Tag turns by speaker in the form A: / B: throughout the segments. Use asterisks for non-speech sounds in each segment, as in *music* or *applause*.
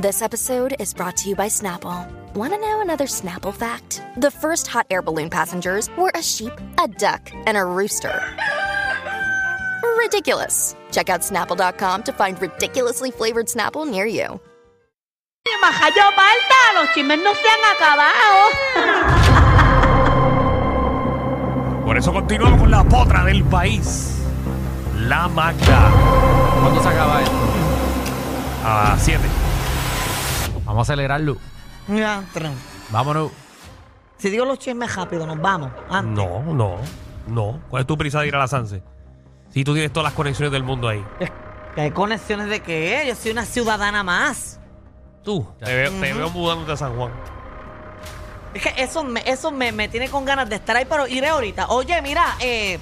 A: This episode is brought to you by Snapple. Want to know another Snapple fact? The first hot air balloon passengers were a sheep, a duck, and a rooster. Ridiculous. Check out snapple.com to find ridiculously flavored Snapple near you.
B: Majayo Malta, los chismes no se han acabado.
C: Por eso continuamos con la potra del país. La Magda.
D: ¿Cuándo se acaba esto?
C: A las 7.
D: Vamos a acelerarlo.
E: Ya, tren.
D: Vámonos.
E: Si digo los chismes rápido, nos vamos. Ah, Antes.
C: No, no, no. ¿Cuál es tu prisa de ir a la Sanse? Si tú tienes todas las conexiones del mundo ahí.
E: ¿Que hay conexiones de qué? Yo soy una ciudadana más.
C: Tú. Te veo, te veo mudándote a San Juan.
E: Es que eso, me, eso me, me tiene con ganas de estar ahí, pero iré ahorita. Oye, mira, eh,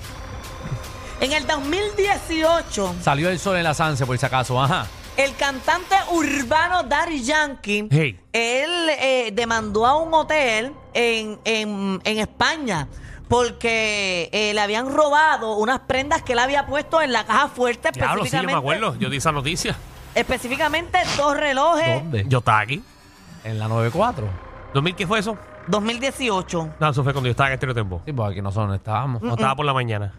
E: en el 2018,
D: Salió el sol en la Sanse, por si acaso. Ajá.
E: el cantante urbano Daddy Yankee,
C: Hey.
E: él eh, demandó a un hotel en, en- en España porque eh, le habían robado unas prendas que él había puesto en la caja fuerte
C: Diablo, sí, yo me
E: específicamente-
C: acuerdo. Yo di esa noticia.
E: Específicamente dos relojes
D: ¿Dónde?
C: Yo estaba aquí.
D: En la 94.
C: ¿2000 qué fue eso?
E: 2018.
C: No, eso fue cuando yo estaba en Estéreo Tempo.
D: Sí, pues aquí nosotros no estábamos.
C: No estaba por la mañana.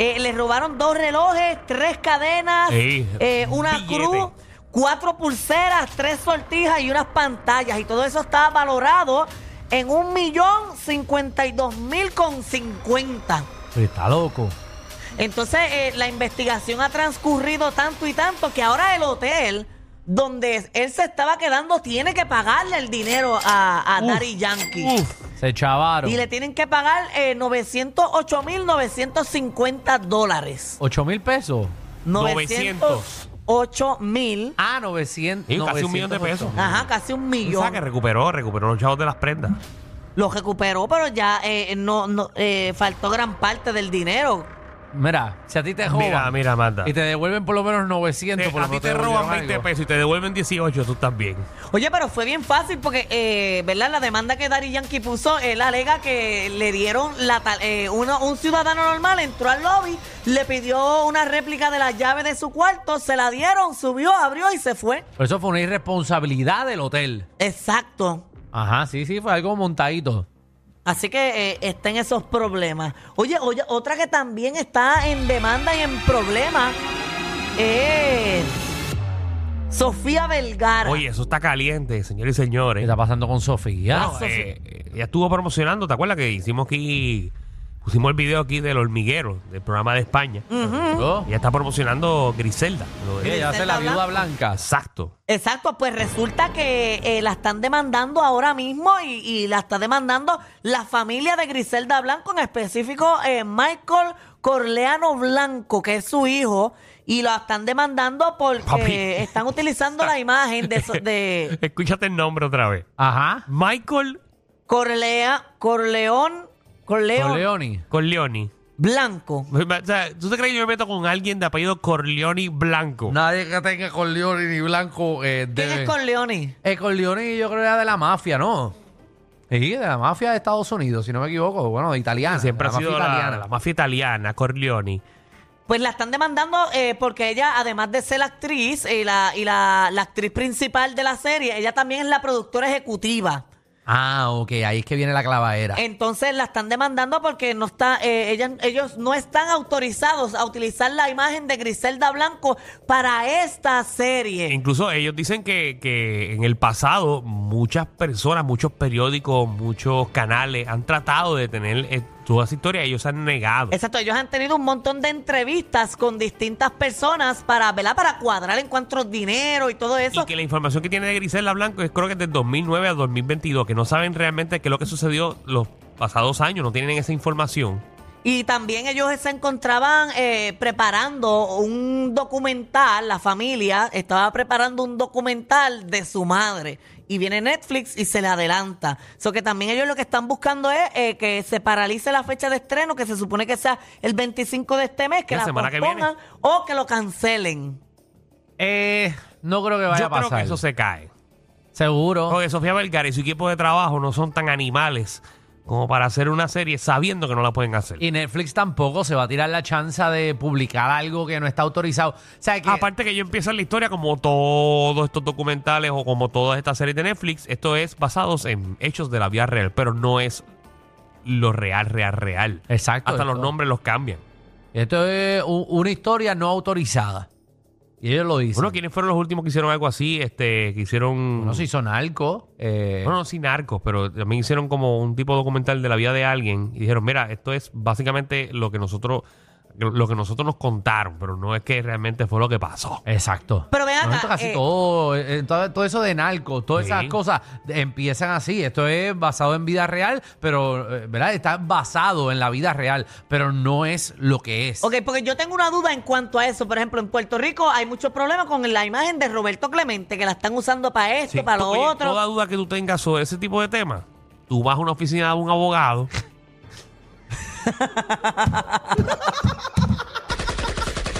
E: Eh, le robaron dos relojes, tres cadenas,
C: Ey,
E: eh,
C: un
E: una
C: billete.
E: cruz, cuatro pulseras, tres sortijas y unas pantallas. Y todo eso estaba valorado en un millón cincuenta y dos mil con cincuenta.
D: Pero pues, está loco.
E: Entonces, eh, la investigación ha transcurrido tanto y tanto que ahora el hotel donde él se estaba quedando tiene que pagarle el dinero a, a Daddy Yankee.
D: Se chavaron.
E: Y le tienen que pagar eh, 908.950 dólares.
D: 8 mil pesos.
C: 900.
E: 908.000.
D: Ah, 900.
C: Sí, casi un millón de pesos.
E: Ajá, casi un
C: O sea,
E: millón.
C: que recuperó, recuperó los chavos de las prendas.
E: Lo recuperó, pero ya eh, no, no, eh, faltó gran parte del dinero.
D: Mira, si a ti te roban.
C: Mira, mira, Magda.
D: Y te devuelven por lo menos 900.
C: Te-
D: por
C: Eh,
D: lo
C: a ti
D: menos
C: te roban
D: devolvieron
C: 20
D: algo.
C: pesos y te devuelven 18, tú también.
E: Oye, pero fue bien fácil porque, eh, ¿verdad? La demanda que Dari Yankee puso, él alega que le dieron la tal- eh, uno- un ciudadano normal entró al lobby, le pidió una réplica de la llave de su cuarto, se la dieron, subió, abrió y se fue.
D: Pero eso fue una irresponsabilidad del hotel.
E: Exacto.
D: Ajá, sí, sí, fue algo montadito.
E: Así que eh, está en esos problemas. Oye, oye, otra que también está en demanda y en problemas es Sofía Vergara.
C: Oye, eso está caliente, señores y señores.
D: ¿Qué está pasando con Sofía?
C: No,
E: Eso sí.
C: eh, eh, ella estuvo promocionando, ¿te acuerdas que hicimos aquí, pusimos el video aquí del hormiguero, del programa de España? Mm.
D: Yo-
C: Ella está promocionando Griselda. lo de-
D: Mira, Ella va a ser la viuda blanca.
C: Exacto.
E: Exacto, pues resulta que eh, la están demandando ahora mismo y, y la está demandando la familia de Griselda Blanco, en específico eh, Michael Corleano Blanco, que es su hijo, y la están demandando porque
C: Papi.
E: están utilizando
C: *laughs*
E: la imagen de, so- de
C: Escúchate el nombre otra vez.
D: Ajá.
C: Michael
E: Corlea, Corleón, Corleón
D: Corleone.
C: Corleone.
E: Blanco.
C: O sea, ¿tú te crees que yo me meto con alguien de apellido Corleone Blanco?
D: Nadie que tenga Corleone ni Blanco eh,
E: ¿Quién
D: debe-
E: es Corleone?
D: Eh, Corleone yo creo que era de la mafia, ¿no? Sí, de la mafia de Estados Unidos, si no me equivoco. Bueno, de italiana.
C: Siempre
D: de
C: ha
D: la
C: sido
D: mafia
C: la, la mafia italiana, Corleone.
E: Pues la están demandando eh, porque ella, además de ser la actriz y, la, y la, la actriz principal de la serie, ella también es la productora ejecutiva.
D: Ah, ok, ahí es que viene la clavadera.
E: Eh, Entonces la están demandando porque no está, eh, ellas- ellos no están autorizados a utilizar la imagen de Griselda Blanco para esta serie.
C: Incluso ellos dicen que, que en el pasado muchas personas, muchos periódicos, muchos canales han tratado de tener eh, todas esa historia y ellos se han negado.
E: Exacto, ellos han tenido un montón de entrevistas con distintas personas para, ¿verdad? Para cuadrar en cuanto dinero y todo eso.
C: Y que la información que tiene de Griselda Blanco es creo que es del 2009 a 2022, que no saben realmente qué es lo que sucedió los pasados años, no tienen esa información.
E: Y también ellos se encontraban eh, preparando un documental, la familia estaba preparando un documental de su madre. Y viene Netflix y se le adelanta. So que también ellos lo que están buscando es eh, que se paralice la fecha de estreno, que se supone que sea el 25 de este mes, que
C: La
E: la,
C: semana que
E: pospongan o que lo cancelen.
D: Eh, no creo que vaya
C: Yo
D: a pasar.
C: creo que eso se cae.
D: Seguro.
C: Porque Sofía Vergara y su equipo de trabajo no son tan animales como para hacer una serie sabiendo que no la pueden hacer.
D: Y Netflix tampoco se va a tirar la chance de publicar algo que no está autorizado. O sea, que
C: Aparte que yo empiezo la historia como todos estos documentales o como todas estas series de Netflix, esto es basados en hechos de la vida real, pero no es lo real, real, real.
D: Exacto,
C: Hasta los
D: esto-
C: nombres los cambian.
D: esto es u- una historia no autorizada. Y ellos lo dicen.
C: Bueno, ¿quiénes fueron los últimos que hicieron algo así? Este, que hicieron...
D: no se hizo narco. eh,
C: Bueno, no, sí, narcos, pero también hicieron como un tipo documental de la vida de alguien y dijeron, mira, esto es básicamente lo que nosotros, lo que nosotros nos contaron, pero no es que realmente fue lo que pasó.
D: Exacto.
E: Pero vean
D: No,
E: acá,
D: esto casi
E: eh,
D: todo, eh, todo, todo eso de narco, todas
C: Sí.
D: esas cosas de- empiezan así. Esto es basado en vida real, pero eh, ¿verdad? Está basado en la vida real, pero no es lo que es.
E: Ok, porque yo tengo una duda en cuanto a eso. Por ejemplo, en Puerto Rico hay muchos problemas con la imagen de Roberto Clemente, que la están usando para esto,
C: Sí.
E: para lo
C: Oye,
E: otro.
C: Toda duda que tú tengas sobre ese tipo de temas, tú vas a una oficina de un abogado.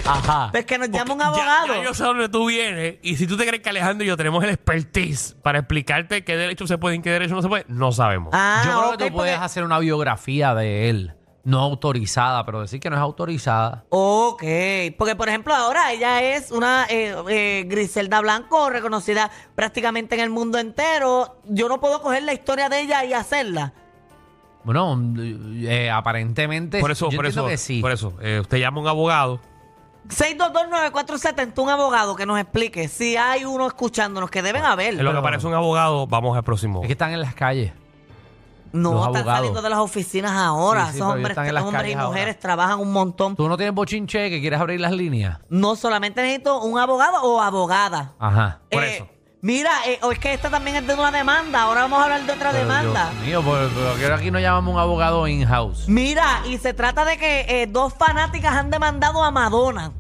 D: Ajá.
E: Pues que nos *laughs* llama un
C: Ya-
E: abogado.
C: ya yo sé dónde tú vienes. Y si tú te crees que Alejandro y yo tenemos el expertise para explicarte qué derechos se pueden y qué derechos no se pueden, no sabemos.
E: Ah,
D: Yo creo
E: ok,
D: que tú
E: porque-
D: puedes hacer una biografía de él, no autorizada, pero decir que no es autorizada.
E: Ok, porque por ejemplo ahora ella es una eh, eh, Griselda Blanco reconocida prácticamente en el mundo entero. Yo no puedo coger la historia de ella y hacerla.
D: Bueno, mm, eh, aparentemente
C: por eso,
D: yo
C: por eso,
D: entiendo que sí.
C: por eso, eh, usted llama a un abogado.
E: 6229470, un abogado que nos explique si hay uno escuchándonos, que deben haber.
C: En lo que
D: Pero-
C: aparece un abogado, vamos al próximo.
D: Es que están en las calles.
E: No,
D: Los
E: están
D: abogados.
E: saliendo de las oficinas ahora.
D: Sí, sí,
E: Esos
D: pero
E: hombres,
D: están en las
E: hombres y
D: calles
E: mujeres
D: ahora.
E: trabajan un montón.
D: Tú no tienes bochinche que quieres abrir las líneas.
E: No solamente necesito un abogado o abogada.
D: Ajá.
C: Por
E: Eh,
C: eso.
E: Mira, eh, o es que esta también es de una demanda. Ahora vamos a hablar de otra demanda.
D: Dios mío, pero, pero creo que aquí no llamamos un abogado in-house.
E: Mira, y se trata de que eh, dos fanáticas han demandado a Madonna.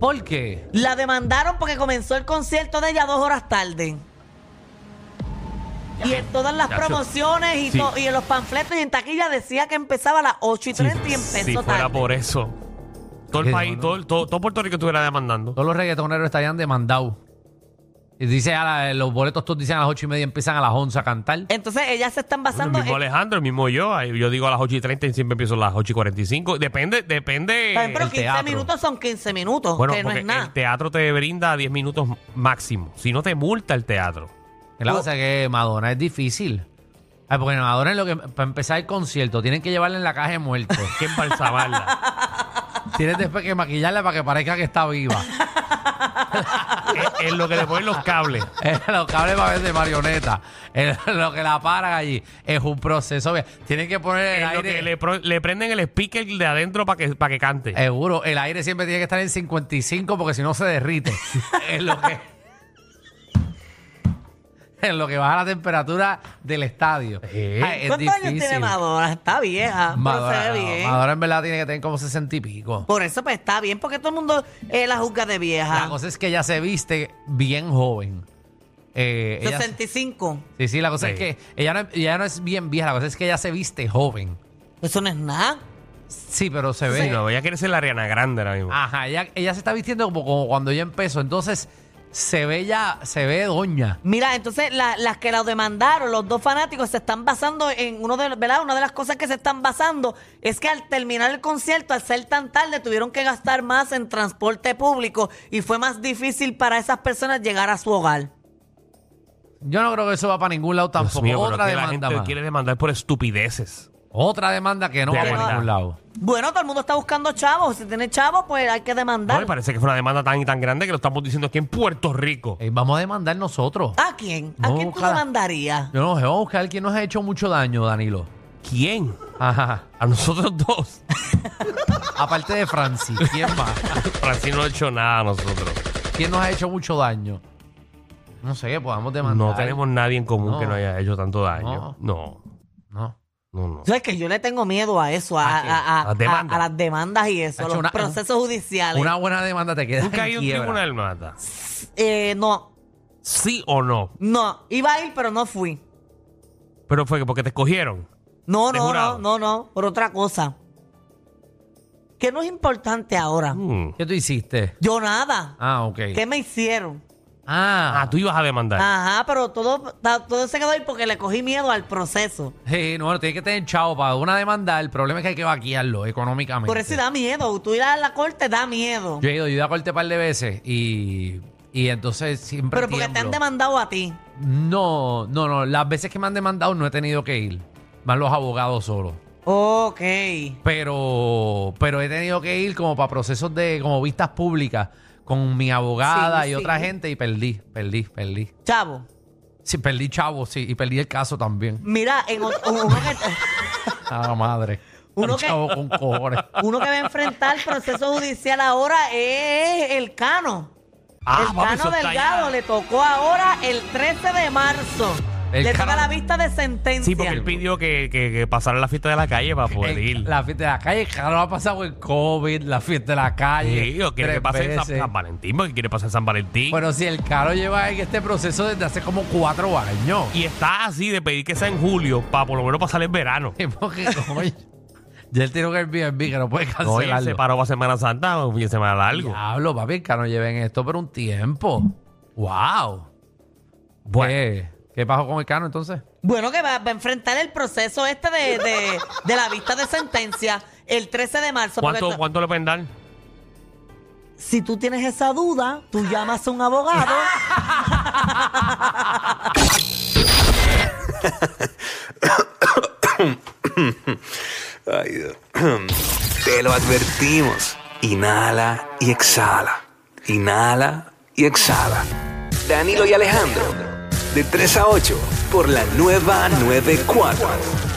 D: ¿Por qué?
E: La demandaron porque comenzó el concierto de ella dos horas tarde. Y en todas las
C: Ya,
E: promociones y,
C: sí.
E: to- y en los panfletos y en taquilla decía que empezaba a las 8 y 30 y empezó
C: si fuera
E: tarde.
C: por eso, todo el
D: Sí,
C: país,
D: no, no.
C: todo, el- todo, todo Puerto Rico estuviera demandando.
D: Todos los reggaetoneros estarían demandados. Y dice a la- los boletos todos dicen a las ocho y media empiezan a las 11 a cantar.
E: Entonces ellas se están
C: El
E: basando
C: mismo
E: en...
C: Alejandro, el mismo yo. ahí Yo digo a las 8 y 30 y siempre empiezo a las 8 y 45. Depende, depende.
E: Está bien, Pero
D: el
E: 15
D: teatro.
E: minutos son 15 minutos,
C: bueno,
E: que no
C: porque
E: es nada.
C: el teatro te brinda 10 minutos máximo. Si no, te multa el teatro.
D: La
C: Oh.
D: cosa es que Madonna es difícil. Ay, porque Madonna es lo que para empezar el concierto tienen que llevarla en la caja
C: *laughs*
D: de muertos.
C: Que
D: *laughs*
C: embalsamarla.
D: Tienes después que maquillarla para que parezca que está viva. *laughs*
C: es, es lo que le ponen los cables.
D: Eh, Los cables para ver de marioneta. Eh, Lo que la paran allí es un proceso. Ve, Tienen que poner el
C: Es lo que
D: aire.
C: le, pro- le prenden el speaker de adentro para que, para que cante.
D: Seguro, el aire siempre tiene que estar en 55 porque si no se
C: *laughs*
D: derrite. es lo que. Es lo que baja la temperatura del estadio.
C: Eh.
D: Ay, es
E: ¿Cuántos años
D: difícil.
E: tiene Madonna? Está vieja, pero se
D: Madonna,
E: ve
D: no,
E: bien.
D: Madonna en verdad tiene que tener como 60 y pico.
E: Por eso pues está bien, porque todo el mundo eh, la juzga de
D: La
E: vieja.
D: cosa es que ella se viste bien joven. Eh, ella-
E: 65.
D: sí, sí, la cosa es
C: Sí.
D: que ella no, ella no es bien vieja, la cosa es que ella se viste joven.
E: Pues Eso no es nada.
D: Sí, pero se ve.
C: Sí, no, ella quiere ser la Ariana Grande ahora mismo.
D: Ajá, ella, ella se está vistiendo como, como cuando ella empezó. Entonces, se ve ya, se ve doña.
E: Mira, entonces la- las que la demandaron, los dos fanáticos, se están basando en uno de los- ¿verdad? Una de las cosas que se están basando es que al terminar el concierto, al ser tan tarde, tuvieron que gastar más en transporte público y fue más difícil para esas personas llegar a su hogar.
D: Yo no creo que eso va para ningún lado
C: Dios
D: tampoco.
C: mío, pero
D: Otra
C: es que la
D: demanda
C: gente
D: más.
C: quiere demandar por estupideces.
D: Otra demanda que no
C: De
D: va para
C: verdad.
D: ningún lado.
E: Bueno, todo el mundo está buscando chavos. Si tiene chavos, pues hay que
C: No,
E: demandar.
C: me parece que fue una demanda tan y tan grande que lo estamos diciendo aquí en Puerto Rico.
D: Eh, vamos a demandar nosotros.
E: ¿A quién? ¿A
D: No,
E: quién tú
D: cada-
E: demandarías?
D: Yo no sé, vamos a buscar quién nos ha hecho mucho daño, Danilo.
C: ¿Quién?
D: Ajá.
C: A nosotros
D: *laughs*
C: dos.
D: Aparte de Francis, ¿quién más?
C: Francis no ha hecho nada a nosotros.
D: ¿Quién nos ha hecho mucho daño? No sé, podamos demandar.
C: No tenemos nadie en común
D: No.
C: que nos haya hecho tanto daño. No.
D: No.
C: No, no.
E: O sea, es que yo le tengo miedo a eso, a,
D: ¿A qué?
E: a- a-
C: ¿A las demandas?
E: a- a las demandas y eso, a
D: Hacho,
E: los
D: una-
E: procesos judiciales.
D: Una buena demanda te queda.
C: Nunca
D: en
C: hay un
D: quiebra.
C: tribunal, Mata.
E: Eh, no,
C: Sí o no.
E: no, iba a ir, pero no fui.
C: Pero fue que porque te escogieron.
E: No,
C: De
E: no,
C: jurado.
E: no, no, no, por otra cosa. ¿Qué no es importante ahora?
C: Mm.
D: ¿Qué tú hiciste?
E: Yo nada.
D: Ah, ok.
E: ¿Qué me hicieron?
D: Ah,
C: Ah, tú ibas a demandar.
E: Ajá, pero todo, ta- todo se quedó ahí porque le cogí miedo al proceso.
D: Sí, no, no, tiene que tener chavo para una demanda. El problema es que hay que vaquearlo económicamente.
E: Por eso da miedo. Tú ir a la corte da miedo.
D: Yo he ido, yo he ido a corte un par de veces y, y entonces siempre.
E: pero porque te han
D: tiemblo.
E: demandado a ti.
D: No, no, no. Las veces que me han demandado no he tenido que ir. Van los abogados solos.
E: Ok.
D: Pero, pero he tenido que ir como para procesos de como vistas públicas con mi abogada
E: Sí,
D: y
E: sí.
D: otra gente y perdí, perdí, perdí.
E: Chavo,
D: Sí, perdí chavo, sí, y perdí el caso también.
E: *laughs* mira, en ot- uno, que,
D: A la madre.
E: Uno
D: *laughs* Un
E: que-
D: chavo con cojones.
E: uno que va a enfrentar el proceso judicial ahora es el Cano.
C: Ah,
E: el
C: papi,
E: Cano
C: eso está
E: Delgado
C: allá.
E: le tocó ahora el 13 de marzo.
D: El
E: le toca
D: Cano-
E: la vista de sentencia.
C: Sí, porque él pidió que, que, que pasara la fiesta de la calle para poder
D: El-
C: ir.
D: la fiesta de la calle, claro, ha pasado el COVID, la fiesta de la calle.
C: Sí, o quiere
D: tres
C: que pase en San,
D: veces.
C: San Valentín, porque quiere pasar San Valentín.
D: Pero si el caro lleva en este proceso desde hace como cuatro años.
C: Y está así de pedir que sea en julio para por lo menos pasar el verano.
D: Y *laughs* porque, coño, ya él tiene un Airbnb que no puede
C: No, y él se
D: cancelarlo.
C: paró para Semana Santa, un fin de semana largo.
D: Diablo, papi, el caro lleva en esto por un tiempo.
C: Mm.
D: ¡Wow! ¿Qué, qué pasó con el cano entonces?
E: Bueno, que va, va a enfrentar el proceso este de, de- de la vista de sentencia el 13 de marzo. porque
C: ¿Cuánto,
E: to-
C: ¿Cuánto le pueden dar?
E: Si tú tienes esa duda, tú llamas a un abogado.
F: Ay, Dios. *clears throat* Te lo advertimos. Inhala y exhala. Inhala y exhala. Danilo y Alejandro, de 3 a 8, por la nueva 94.